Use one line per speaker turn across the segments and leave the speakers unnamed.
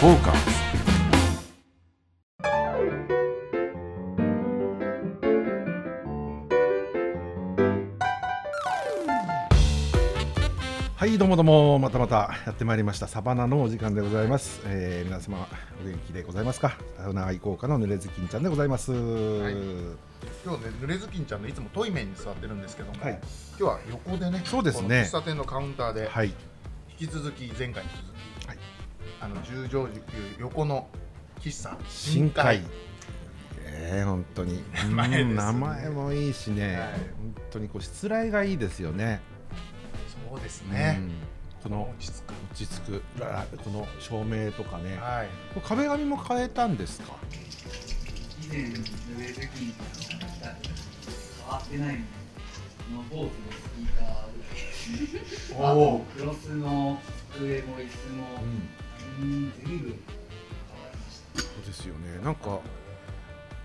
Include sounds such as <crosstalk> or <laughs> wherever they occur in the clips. フォーカスはいどうもどうもまたまたやってまいりましたサバナのお時間でございます、えー、皆様お元気でございますかサウナ愛好家の濡れずきんちゃんでございます、
い今日ね、ぬれずきんちゃんのいつもトイメンに座ってるんですけども、
はい
今日は横でね、
そうですね
この喫茶店のカウンターで、
はい
引き続き、前回に続き、
はい
あの十条寺横の喫茶、
深海えー、本当に
名前ですね
うん名前もいいしね、
はい
本当にこうしつらいがいいですよね
そうですね
う、んこの
落ち着く、
落ち着くらこの照明とかね
はい、
これ壁紙も変えたんですか
以前濡れる時に話した変わってないのでこのボートのスピーカーぐらいですねあとクロスの机も椅子も
う、ん
うん、全部変わりました
そうですよねなんか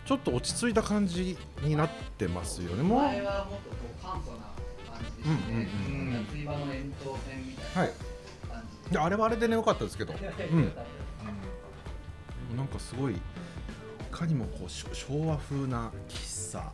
ちょっと落ち着いた感じになってますよねもう
前はもっとこう簡素な感じでして、
うん
うんうんうん
夏場の円筒線みたい
はい
な感じ
いやあれはあれでね良かったですけど、
で、
うん、なんかすごいいかにもこうしょ昭和風な喫茶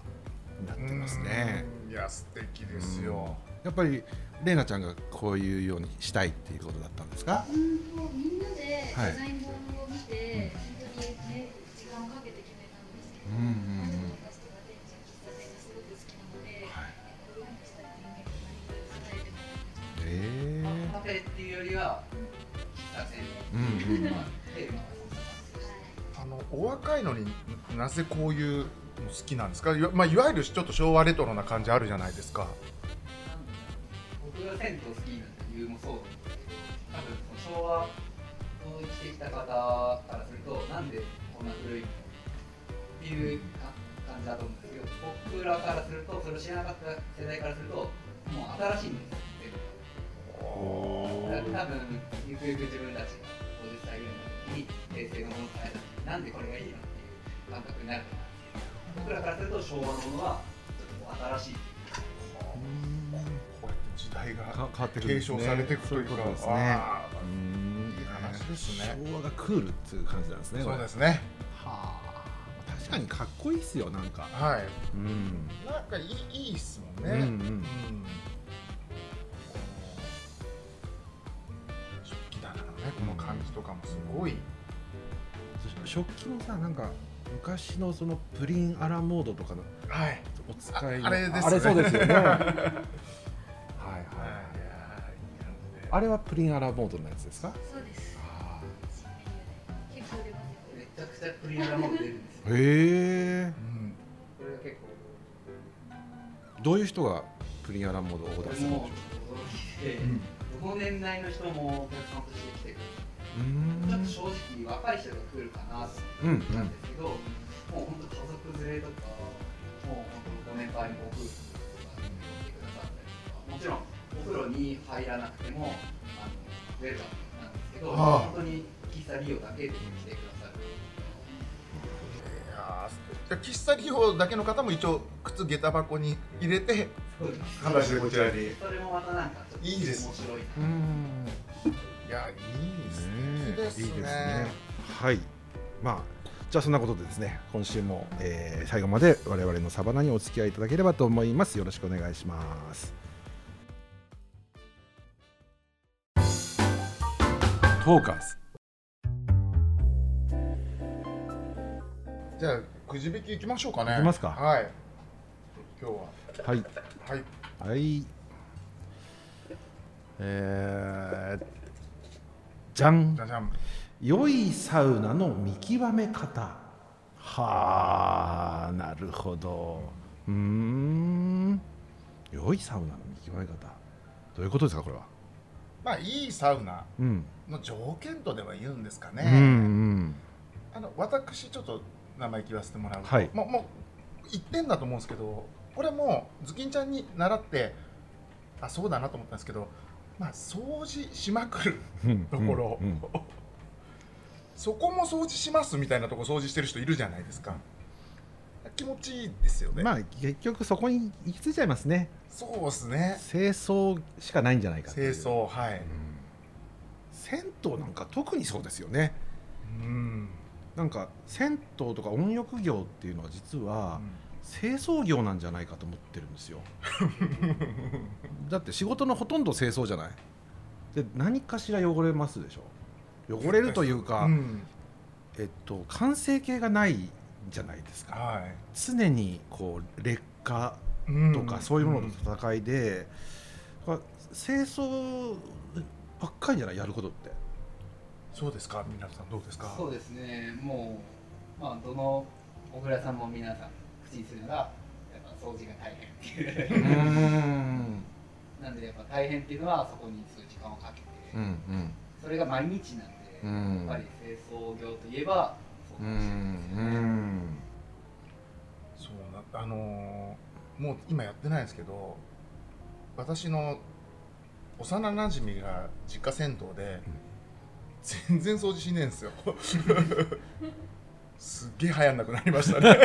になってますね
うん、いや、素敵ですよ、
やっぱり玲奈ちゃんがこういうようにしたいっていうことだったんですか
うんとみんなでデ
はい
ザイン本を見て、本当にね時間をかけて決めたんですけど、
うんうんうん
私とか店長喫茶店がすごく好きなので、
はい
こういうふうにしたらいいねって何を伝えても
え
カフェっていうよりは喫茶店
えうんうん
まあテーマが
あのお若いのになぜこういうの好きなんですか、いわ,、まあ、いわゆるちょっと昭和レトロな感じあるじゃないですか。
僕が銭湯好きな理由もそうですけど多分その昭和を生きてきた方からするとなんでこんな古いのっていうか感じだと思うんですけど僕らからするとそれを知らなかった世代からするともう新しいんですよ全部だから多分ゆくゆく自分たちが50歳ぐらいの時に平成のものを変えたなんでこれがいいのっていう感覚になると思うんですけど僕らからすると昭和のものはちょっとこう新しい
こうやって時代が
か変わってくるん
継
ですね
承されていくとい
そうい
うか
うことですね
あ
う
ー
ん
いい話ですね
昭和がクールっていう感じなんですね
そう
これ
ですね
はあ確かにかっこいいっすよなんか
はい
うん
なんかいいいいっす
うん
もんね、
う
うん
ん
食器棚のねこの感じとかもすごい、
そ食器もさなんか昔のそのプリンアラモードとかの
はい
お使いの
ああれですね
あれそうです
<laughs>
よねはいはいあ
れ
れはプリンアラモードのやつですか
らそうです新メニューで結構
めち
出ますよ
ゃくちゃプリンアラモード出るんですよ
へえ
うん
これが結構
どういう人がプリンアラモードをオー
こ
ダー
れ
するんでしょ
も驚きで、どの年代の人もお客さんとして来てくる
ううーん
ちょっと正直若い人が来るかなと
うんう
思ったん
ん
ですけど、もう本当家族連れとかもう本当ご年配のご夫婦とかに来てくださったりとかもちろんお風呂に入らなくてもあのウェルカムなんですけど、
ああ
本当に喫茶利用だけで来てくださる
いやー喫茶利用だけの方も一応靴下駄箱に入れて
そうです
話でこちらにい
それもまたなんかちょっと
いいです
面白いな
うーんね
やいいですね
え
ですね
いいですねはいまあじゃあそんなことでですね今週も、えー最後まで我々のサバナにお付き合いいただければと思いますよろしくお願いしますトーカーズ
じゃあくじ引きいきましょうかね
いきますか
はい今日は
はい
はい
はいえー、じゃん
じゃじゃん
良いサウナの見極め方はあなるほどうーん良いサウナの見極め方どういうことですかこれは
まあいいサウナ
うん、
の条件とでは言うんですか
うんう
ね、
ん
あの私ちょっと名前言わせてもらうと、
はい
もうもう1点だと思うんですけどこれもうズキンちゃんに習ってあそうだなと思ったんですけどまあ掃除しまくる <laughs>
うん
ところ、
うんうん
そこも掃除しますみたいなとこ掃除してる人いるじゃないですか気持ちいいですよね、
まあ結局そこに行き着いちゃいますね
そうですね
清掃しかないんじゃないかってい
清
う
掃は
う
い、
ん銭湯なんか特にそうですよね
うん
なんか銭湯とか温浴業っていうのは実は清掃業なんじゃないかと思ってるんですよだって仕事のほとんど清掃じゃないで何かしら汚れますでしょ汚れるというか、
うん
えっと、完成形がないじゃないですか
は
常にこう劣化
いうん
とかそういうものとの戦いで、だから清掃ばっかりじゃないやることって
そうですか皆さんどうですか
そうですね、もう、まあ、どの小倉さんも皆さん、口にするのが、やっぱ掃除が大変っていう、
ん
なんで、やっぱ大変っていうのは、そこに数時間をかけて、
うん
それが毎日なんで、
うん
やっぱり清掃業といえば、そう
う
かもしれないですよね
ん
そうなあのーもう今やってないんですけど私の幼なじみが実家銭湯で、全然掃除しねえんですよすっげえ流行んなくなりましたね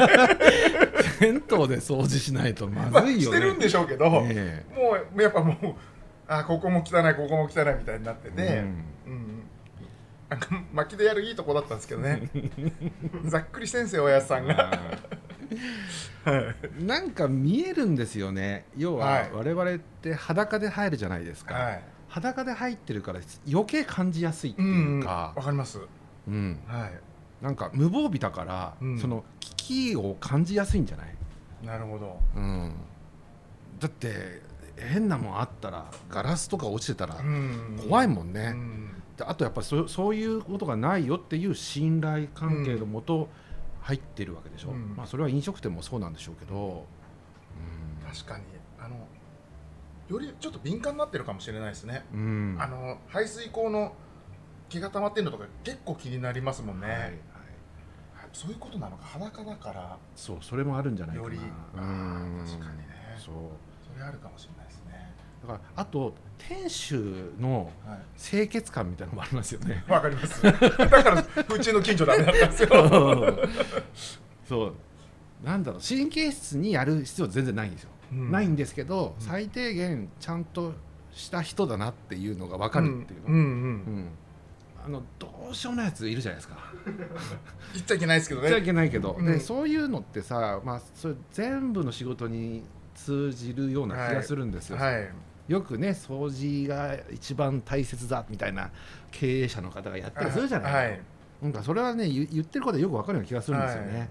銭湯で掃除しないとま
まあ
ずい
し
よ
て
ね
るんでしょうけど、
ね
もうやっぱもうあここも汚いここも汚いみたいになって
え
て、うんうん、なんか薪でやるいいとこだったんですけどねざっくり先生おやつさんが、はい
うんなんか見えるんですよね要は
はい
我々って裸で入るじゃないですか、
はい、
裸で入ってるから余計感じやすいって
うん
いう
うん
か
わ、かります
うん
は
なんか無防備だから、
うん
その危機を感じやすいんじゃない、
いなるほど
うん、だって変なもんあったらガラスとか落ちてたら怖い
も
もんね、
うん
であとやっぱりそそういうことがないよっていう信頼関係のもと入ってるわけでしょ、
うん
まあ、それは飲食店もそうなんでしょうけど、
確かにあのよりちょっと敏感になってるかもしれないですね、
うんうん
あの排水口の毛が溜まってるのとか結構気になりますもんね、
はいはい、
そういうことなのか裸だから
そうそれもあるんじゃないかな
よりあ
うん
ー確かにね
そう
それあるかもしれないですね
だからあと店主の
はい
清潔感みたいなのもありますよね <laughs>
わかります。だからうちの近所ダメだったんですよ。
そうなんだろう神経質にやる必要は全然ないんですよ、ないんですけど、
うん
最低限ちゃんとした人だなっていうのが分かるっていうの、
うんうん
う
うん
んあのどうしようもないやついるじゃないですか
言っちゃいけないですけど
言っちゃい
ね。
けないけど、
うん
でそういうのってさ、まあ、それ全部の仕事に通じるような気がするんですよ、
はい。
よくね掃除が一番大切だみたいな経営者の方がやったりするじゃない、
はい。
なんかそれはね言言ってることはよく分かるような気がするんですよね、
はい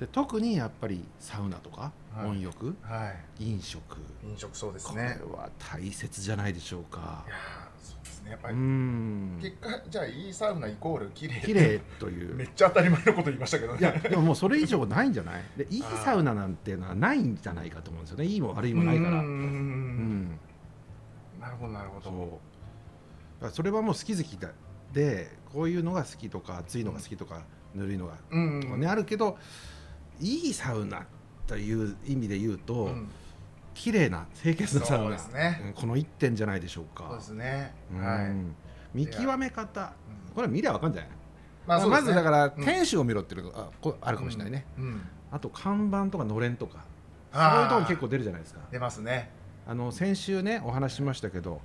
で特にやっぱりサウナとか、
はい
温浴
は
飲食
い。飲食そうです
こ
ね
れ。は大切じゃないでしょうか
いやーそうですね。やっぱ
う
り
ん
結果じゃあいいサウナイコール綺麗。
綺。麗という
めっちゃ当たり前のこと言いましたけど
いや
ね。
でももうそれ以上ないんじゃないでいい
あー
サウナなんていうのはないんじゃないかと思うんですよねいいも悪いもないから
うー
うんん
なるほどなるほ
そう
ど。
だからそれはもう好き好きだでこういうのが好きとか暑いのが好きとかぬるいのが
うん
とかねあるけどいいサウナという意味で言うと
うん
綺麗な清潔なサウ
そうで
ナ
すね。
うんこの一点じゃないでしょう
そう
か
ですね。
うん
はい。うん
見極め方
うん
これは見りゃわかんじゃない
ま
まあまずだから
うん
天使を見ろっていうのがあこあるかもしれないね。
うんうん
あと看板とかのれんとかそう
あー
いうとこ結構出るじゃないですか
出ますね。
あの先週ねお話ししましたけど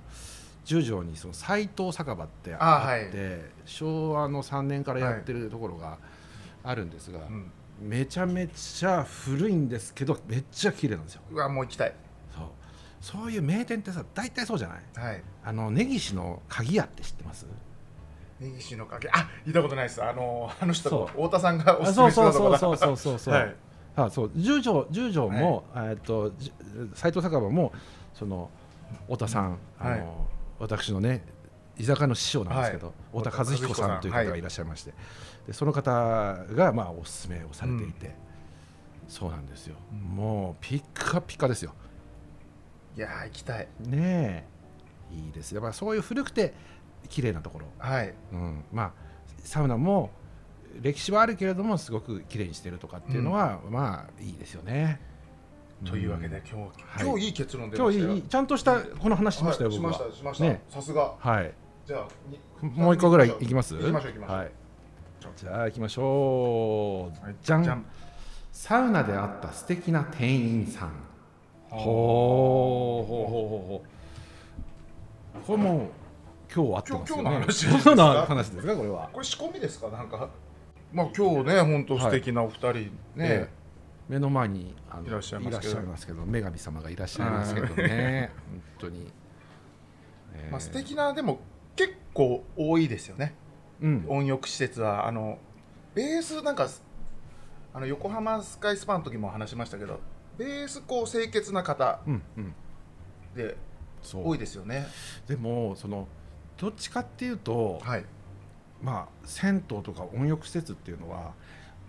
十条にその斎藤酒場って
あ
あ
ー
って昭和の3年からやってるところがあるんですが、
うん
めちゃめちゃ古いんですけどめっちゃ綺麗なんですよ
うわもう行きたい。
そうそういう名店ってさ大体そうじゃない
はい。
あの根岸の鍵屋って知ってます
根岸の影あ聞いたことないですあのあの人
そう
太田さんがお
あ
すす
そ
め
う
して
そ
た
う
とこ
そう
だ
そうそうそうそう、
<laughs> はい
あそう十条十条も、えーっとじ斉藤酒場もその太田さん、あの私のね居酒屋の師匠なんですけど、
はい
太田和彦さんという方がいらっしゃいまして、でその方がまあおすすめをされていて、そうなんですよ、
うん
もうピッカピカですよ
いやー行きたい
ねえいいですやっぱそういう古くて綺麗なところ、
はい
うん、まあサウナも歴史はあるけれどもすごく綺麗にしてるとかっていうのは、まあいいですよね。
というわけで
ん
今日、
はい
今日いい結論出
今
ま
日
したよ
いいちゃんとしたこの話しましたよ、
はい、し
僕
ま
は
し。たしました、
ね
さすが
はい。
じゃあに
もう一個ぐらいいきます。
行きましょう行きましょう
はい。じゃあ行きましょう。
はい
じゃ
じゃ
ん
ん。
サウナで会った素敵な店員さん。ほうほうほうほうほう。これもう今日合ってますよね
今日今
今日
日の話ですか
の話ですかこれは
これ仕込みですかなんかまあ今日ね本当素敵なお二人ね、
ええ目の前にあの
いらっしゃいますけ
いらっ
ど
しゃいますけど女神様がいらっしゃいますけどね本当に、ええ
まあ素敵なでも結構多いですよね
うん
温浴施設はあのベースなんかあの横浜スカイスパンの時も話しましたけどベースこう清潔な方
うんうん
で
そう
多いですよね
でもそのどっちかっていうと、
はい
まあ銭湯とか温浴施設っていうのは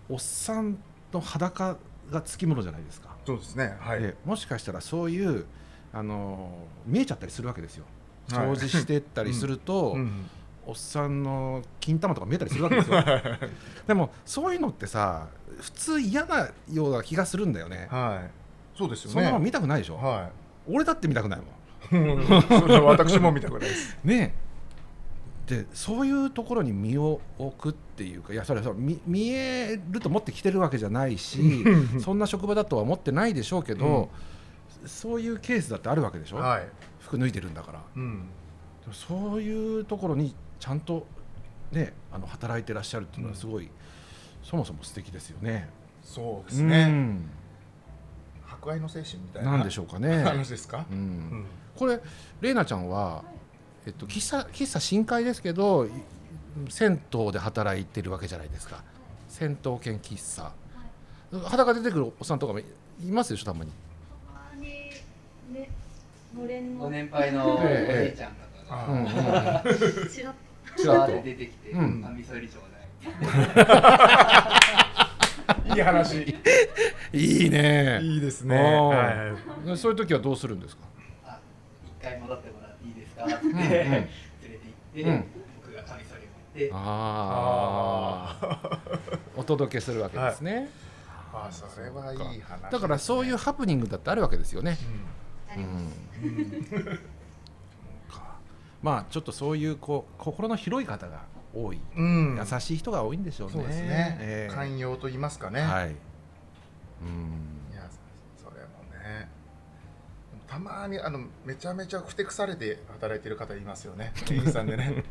おっさんの裸がつきものじゃないですか、
そうですねはい、
でもしかしたらそういうあのー見えちゃったりするわけですよ
はい
掃除してったりすると、
うん
おっさんの金玉とか見えたりするわけ
<laughs>
ですよでもそういうのってさ普通嫌なような気がするんだよね
はいそうですよ
そんなの
ね
見たくないでしょ、
は
俺だって見たくないもん
い、うん <laughs> それは私も見たくない
<laughs>
です
ねえでそういうところに身を置くっていうかいやそれはそう見見えると思ってきてるわけじゃないしそんな職場だとは思ってないでしょうけど、そういうケースだってあるわけでしょ、
はい、
服脱いでるんだから
うん、
でもそういうところにちゃんと、ね、あの働いてらっしゃるっていうのはすごい、そもそも素敵ですよね。
そうですね
ん
博愛の精神みたいな
なんでしょうかね。
話ですか、
う
うんん
これレイナちゃんは、えっと、喫茶喫茶深海ですけどい銭湯で働いてるわけじゃないですか銭湯兼喫茶裸出てくるおっさんとかもいいますでしょたまに
たまにねのれん
ご
の
年配のお
ええ
じいちゃん方
あ
う
が、
んうんうん
ちらっ
ちら
バ
っ
ー
と
で出てきて、
うん
あみそりちょうだい。
いい
<laughs>
話
いいね
いいです
ね
ね、
はそういう時はどうするんですか
あ一回戻ってもらっていいですかって
んうん
連れて
う
行っ
ん
て、僕がカミソリを持って、
あ
あ
あお届けするわけですね、
あそれはいい話、
だからそういう、ハプニングだってあるわけですよね
あります、
まあちょっとそういうこう心の広い方が多い、
うんうん、
優しい人が多いんでしょうね
そうですね、
ええ
寛容と言いますかね、、
はいい。うん。
やそれもねでもたまにあのめちゃめちゃふてくされて働いてる方いますよね店員さん
<laughs>
でね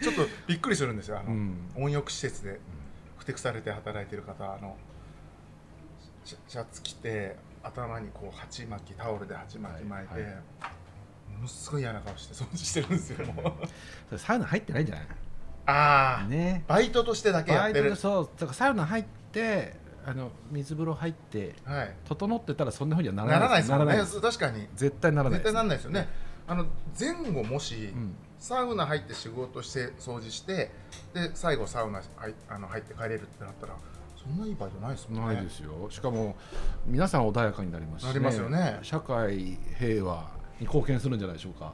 ちょっとびっくりするんですよあの、
うん
温浴施設でふてくされて働いてる方あのシャシャツ着て頭にこう鉢巻きタオルで鉢巻き巻いて、
はいは
ものすごい嫌な顔して掃除してるんですよもう
それサウナ入ってないんじゃ
<laughs> あ
な
あ、
い？ね。
バイトとしてだけや
バ
っ
イ
て
トで
る
そう、だからサウナ入って、あの水風呂入って、
はい
整ってたらそんな風にはなら
ならな
ないい
ですもん
な
ね
らないです
確かに
絶対ならない
絶
です。
対なんないですよね。あの前後もし、
うん。
サウナ入って仕事して掃除してで最後サウナ入あの入って帰れるってなったらそんないいバイトないですもんね。
ないですよ。しかも皆さん穏やかになりますし、
なりますよね
社会平和に貢献するんじゃないでしょうか。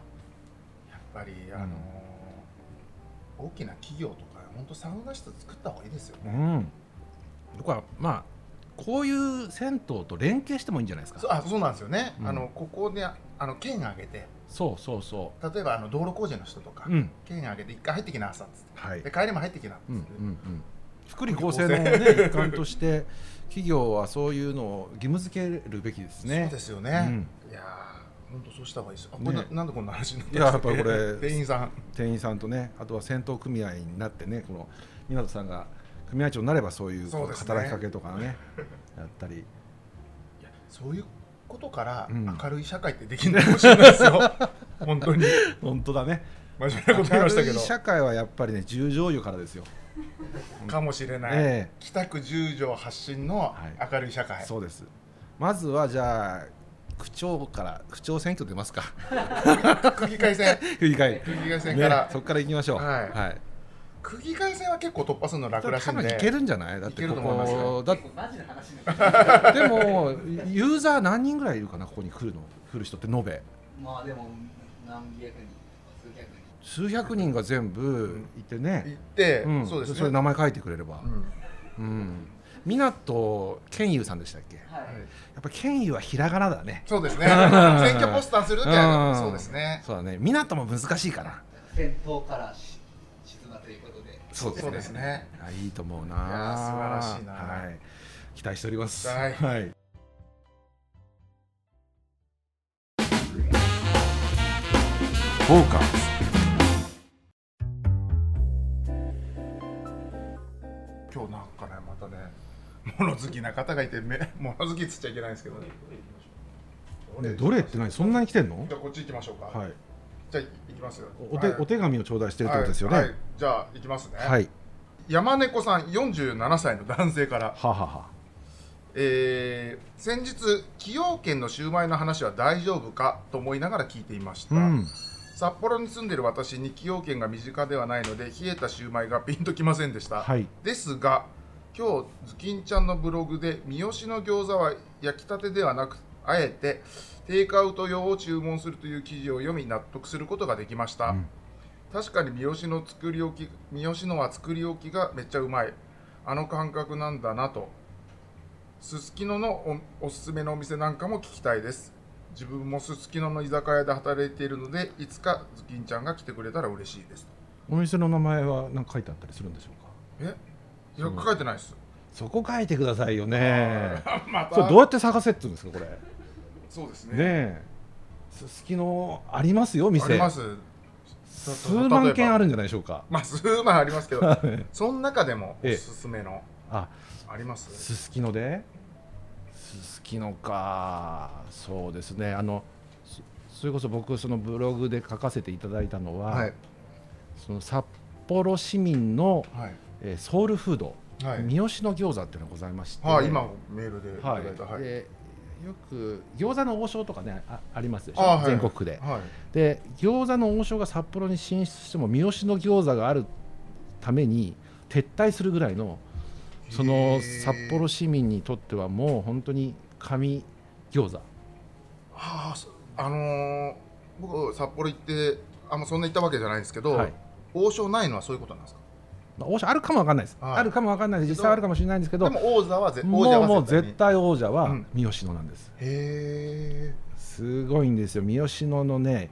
やっぱりあのー大きな企業とか本当サウナ室作った方がいいですよ
う
ね。
ん。僕はまあこういう銭湯と連携してもいいんじゃないですか。
そうあそうなんですよね。
うん
あのここであの県挙げて
そうそうそ
例えばあの道路工事の人とか、
う。うん。
県挙げて一回入ってきなさっつって
はい
で。帰りも入ってきなっつって、
うんうんうん、福利厚生の、ね、一環として <laughs> 企業はそういうのを義務付けるべきですね。
そうですよね。いやー本当そうした方がいいですよ。あこれな,、
ね
なんでこんな話になったん
いややっぱりこれ
店員さん。
店員さんとねあとは戦闘組合になってねこの湊さんが組合長になればそういう
そうですね
働きかけとかねやったり
いやそういうことから
うん
明るい社会ってできるのかもしれないですよ、 <laughs> 本当に
本当だね
真面目なこと言い
明
ましたけ
るい
ど
社会はやっぱりね十条湯からですよ。
かもしれない、
え
北区十条発信の
はい
明るい社会、
えそうですまずはじゃあ区長から区長選挙出ますか <laughs>
区議会選
振り返
区
り
議会選か
ね
ら、、
そこから行きましょう。
はい
はい
区議会選は結構突破するの楽らしい
多
ん
分
で
いけるんじゃないだっ
いけ
てこ
ると思います
こ
よ
だって
結構マジな話になって
で
る
もユーザー何人ぐらいいるかなここに来るの来る人って延べ
まあでも何百人、数百人。
数百人が全部いて
行
ね、
って、
うん
そうですね
それ名前書いてくれれば
うん
うん湊健優さんでしたっけや
はい。
っぱ健優はひらがなだね
そうですね選挙ポスターするときは
うん
そうですね
そうだね湊も難しいかな
戦闘からし出馬ということで。
そう
そうですね
あいいと思うない
や素晴らしいな
はい、期待しております
はい
はい、フォーカス
今日なんかねまたね物好きな方がいてめ <laughs> 物好きっつっちゃいけないんですけどね
ねどれって何そんなに来てんの
じゃあこっち行きましょうか、
はい
じゃあ行きますよ
おお手お手紙を頂戴してるってことですよね
は
はい
はい
い、
じゃあ行きますね、
はい、
山猫さん47歳の男性から
ははは
えー先日崎陽軒のシューマイの話は大丈夫かと思いながら聞いていました、
うん
札幌に住んでる私に崎陽軒が身近ではないので冷えたシューマイがピンときませんでした、
はい
ですが今日ズキンちゃんのブログで三好の餃子は焼きたてではなくあえてテイクアウト用を注文するという記事を読み納得することができました、
うん
確かに三好の作り置き三好のは作り置きがめっちゃうまいあの感覚なんだなとすすきののおおすすめのお店なんかも聞きたいです自分もすすきのの居酒屋で働いているのでいつかズキンちゃんが来てくれたら嬉しいです
お店の名前は何か書いてあったりするんでしょうか
えいや書いてない
<laughs>
です
そこ書いてくださいよね
また
それどうやって探せって言うんですかこれね
そうですね
えすすきのありますよ
あり
店
ます
数万件あるんじゃないでしょうか
まあ数万あ
<laughs>
りますけどその中でもお
ええ
すすめの
あ
あります
すすきのですすきのかそうですねあのそそれこそ僕そのブログで書かせていただいたのは、
はい
その札幌市民の、
はい
えーソウルフード、
はい
三好の餃子っていうのがございまして、
はい今もメールでいた
は
だいた
い、
はい
でよく餃子の王将とかねあありますでしょ、
あはい
全国区で、
はい
で餃子の王将が札幌に進出しても三好の餃子があるために撤退するぐらいのそ
へ
の
ー
札幌市民にとってはもう本当に神餃子
ああそあのー僕札幌行ってあんまそんな行ったわけじゃないんですけど、
はい
王将ないのはそういうことなんですか
まあ王将あるかもわかんないです、
はい
あるかもわかんないです実際あるかもしれないんですけ
で
ども
も王座はぜ
う
王者は
もう絶対王者
う
は
ん
三好野なんです、
にへえ、
すごいんですよ三好野のね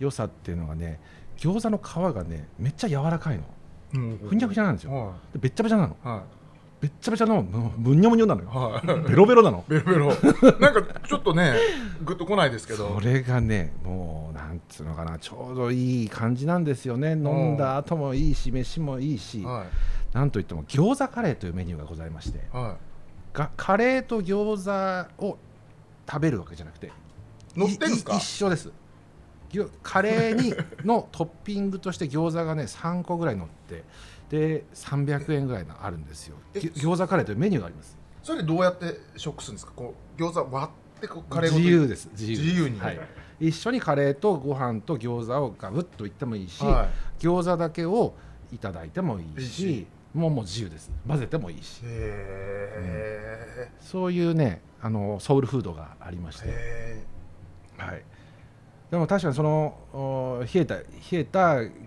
う
良さっていうのがね餃子の皮がねめっちゃ柔らかいの
ん
ふにゃふに
ゃ
ゃなんですよ
は
でべっちゃべちゃなの
いは
べっちゃべちゃのもうむにょむにょなの
い
よ
はい <laughs>
ベロベロなの
ベロベロなんかちょっとねグッとこないですけど
それがねもうなんつうのかなちょうどいい感じなんですよね飲んだ後もいいし飯もいいし
は
なんといっても餃子カレーというメニューがございまして
いは
がカレーと餃子を食べるわけじゃなくて
い乗ってんす
い
か
い一緒ですぎょカレーにのトッピングとして餃子がね3個ぐらい乗ってで300円ぐらいのあるんですよ
え
ぎょ餃子カレーというメニューがあります
それどうやって食するんですかこう餃子割ってこうカレーごと
自由です自由
自由に
はい、一緒にカレーとご飯と餃子をガブッといってもいいし、
は
餃子だけをいただいてもいい
いい
し
し
もうもう自由です混ぜてもいいし
い、へ
そういうねあのソウルフードがありまし
ー
て、
へ
はい、でも確かにそのお冷えた冷えた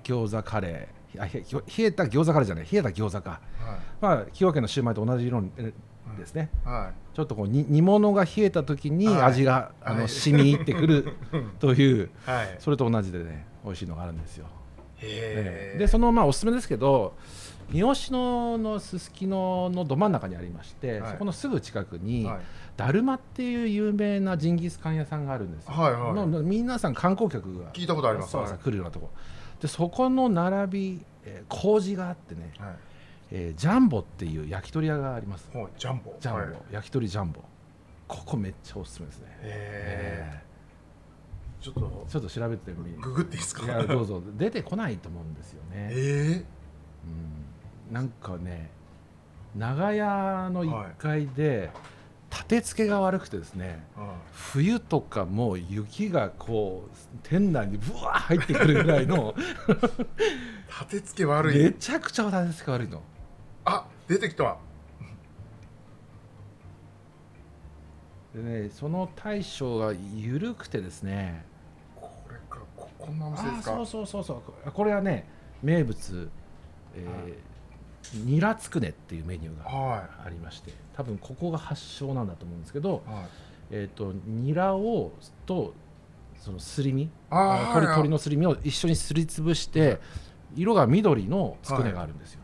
餃子カレーあ冷え冷えた餃子カレーじゃない冷えた餃子か
ーは
まあ崎陽軒のシューマイと同じ論えですね、
いは
ちょっとこうに煮物が冷えた時に
はい
味が、あ
は
の
い
染み入ってくるという
いはい
それと同じでね美味しいのがあるんですよええ
へー
でそのまあおすすめですけど三好野のすすきののど真ん中にありまして、
はい
そこのすぐ近くに、
はい
だるまっていう有名なジンギスカン屋さんがあるんですよ、
はいはい
まあまあ皆さん観光客が
聞いたことあります
そう
は
そう
い
来るようなとこでそこの並び、えー麹があってね、
はい
えージャンボっていう焼き鳥屋があります
ほうジャンボ
ジャンボ、
はい
焼き鳥ジャンボここめっちゃおすすめですね、
へ
え
ーちょっと
ーちょっと調べてみ
ググっていいですか
いやどうぞ出てこないと思うんですよね
<laughs> え
うんなんかね長屋の1階で立て付けが悪くてですね
ーは
冬とかもう雪がこう店内にぶわー入ってくるぐらい
<laughs>
の
い立て付け悪
め
い
ちゃくちゃ立て付け悪いの
あ出てきたわ
でねその大将が緩くてですね
これかここんなお
あ
店
ー
です
そ
か
うそうそうそうあこれはね名物、えー、ニラつくねっていうメニューが
は
ありまして多分ここが発祥なんだと思うんですけど
いはい
えー、とニラをとそのすり身
あー
鶏鶏のすり身を一緒にすりつぶして色が緑のつくねがあるんですよ、はい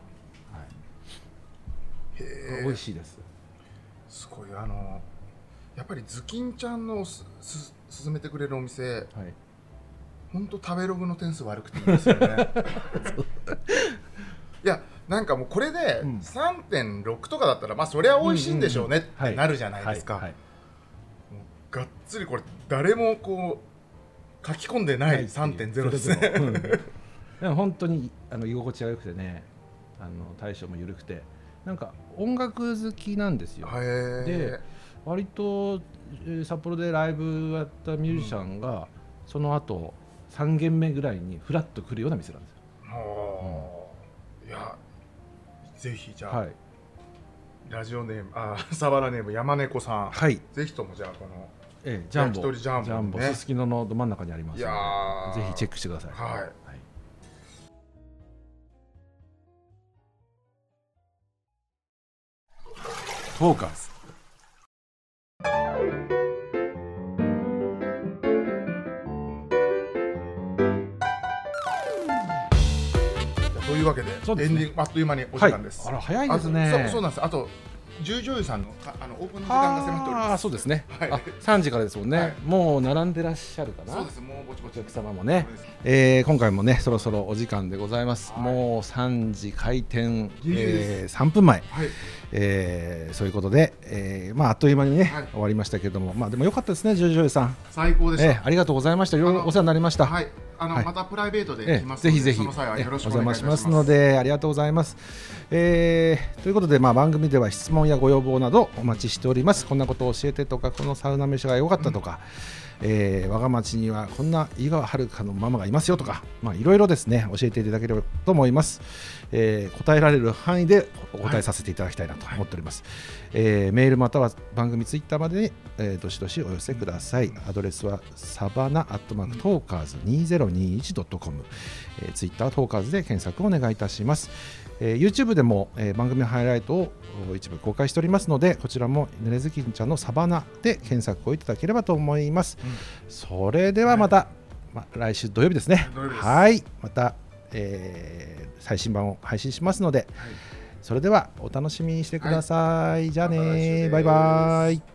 へー
美味しいです
すごいあのやっぱりズキンちゃんのすす勧めてくれるお店
はい
<laughs> ほんと食べログの点数悪くていいですよねいやなんかもうこれで
うん
3.6とかだったらまあそりゃ美味しいんでしょうねっ
うんうんうんは
て
い
なるじゃないですか、
はいはい
もうがっつりこれ誰もこう書き込んでない3.0ですね、
それでもうんでも本当にあの居心地が良くてねあの対象も緩くてなんか音楽好きなんですよ、
へー
で割とえー札幌でライブやったミュージシャンが、その後3軒目ぐらいにフラッと来るような店なんですよ、
もういやぜひじゃあ、
はい
ラジオネームあーサバラネーム山猫さん
はい
ぜひともじゃあこの
ええジャンボ
焼き鳥ジャンボね
すすきののど真ん中にありますので
いやー
ぜひチェックしてください
はい
トーカーズ
じゃあというわけで
そうですね
エンディングあっという間にお
はい
時間です、
あら早い
あ
ですね
そうそうなんですあと十女優さんのかあのオープンの時間が迫っております
あーそうですね、
はい <laughs>
あ3時からですもんね、
はい
もう並んでらっしゃるかな
そうですもうぼちぼち
お客様もね
そうです
えー今回もねそろそろお時間でございます、
はい
もう3時開店、
ギリギリで
え3分前、
はい
えーそういうことで、えーまあ、あっという間にね、
はい
終わりましたけれどもまあでも良かったですねジョジョイさん、
最高でした、
えーありがとうございましたいろい
あ
ろ
の
お世話になりました、
はいあの、
はい
またプライベートで
え
来
え
ますので、
ぜひぜひ
その際は
ええ
よろしく
お
お願
邪
いい
魔
たし
し
ま
ますすのでありがとうございます。えーということで、まあ、番組では質問やご要望などお待ちしております。こんなことを教えてとかこのサウナ飯が良かったとか、えー我が町にはこんな井川遥のママがいますよとか、まあ、いろいろですね教えていただければと思います、えー答えられる範囲でお答えさせていただきたいなと思っております、えーメールまたは番組ツイッターまでに、えーどしどしお寄せくださいアドレスはサバナアットマークトーカーズ 2021.com、えー、ツイッタートーカーズで検索お願いいたします、えー YouTube でも、えー番組ハイライトをお一部公開しておりますのでこちらもぬれずきんちゃんのサバナで検索をいただければと思います、それではまた、ま来週土曜日ですね
土曜日です
はいまた、えー最新版を配信しますので、それではお楽しみにしてください、じゃあ
また来週で
ね
す
バイバイ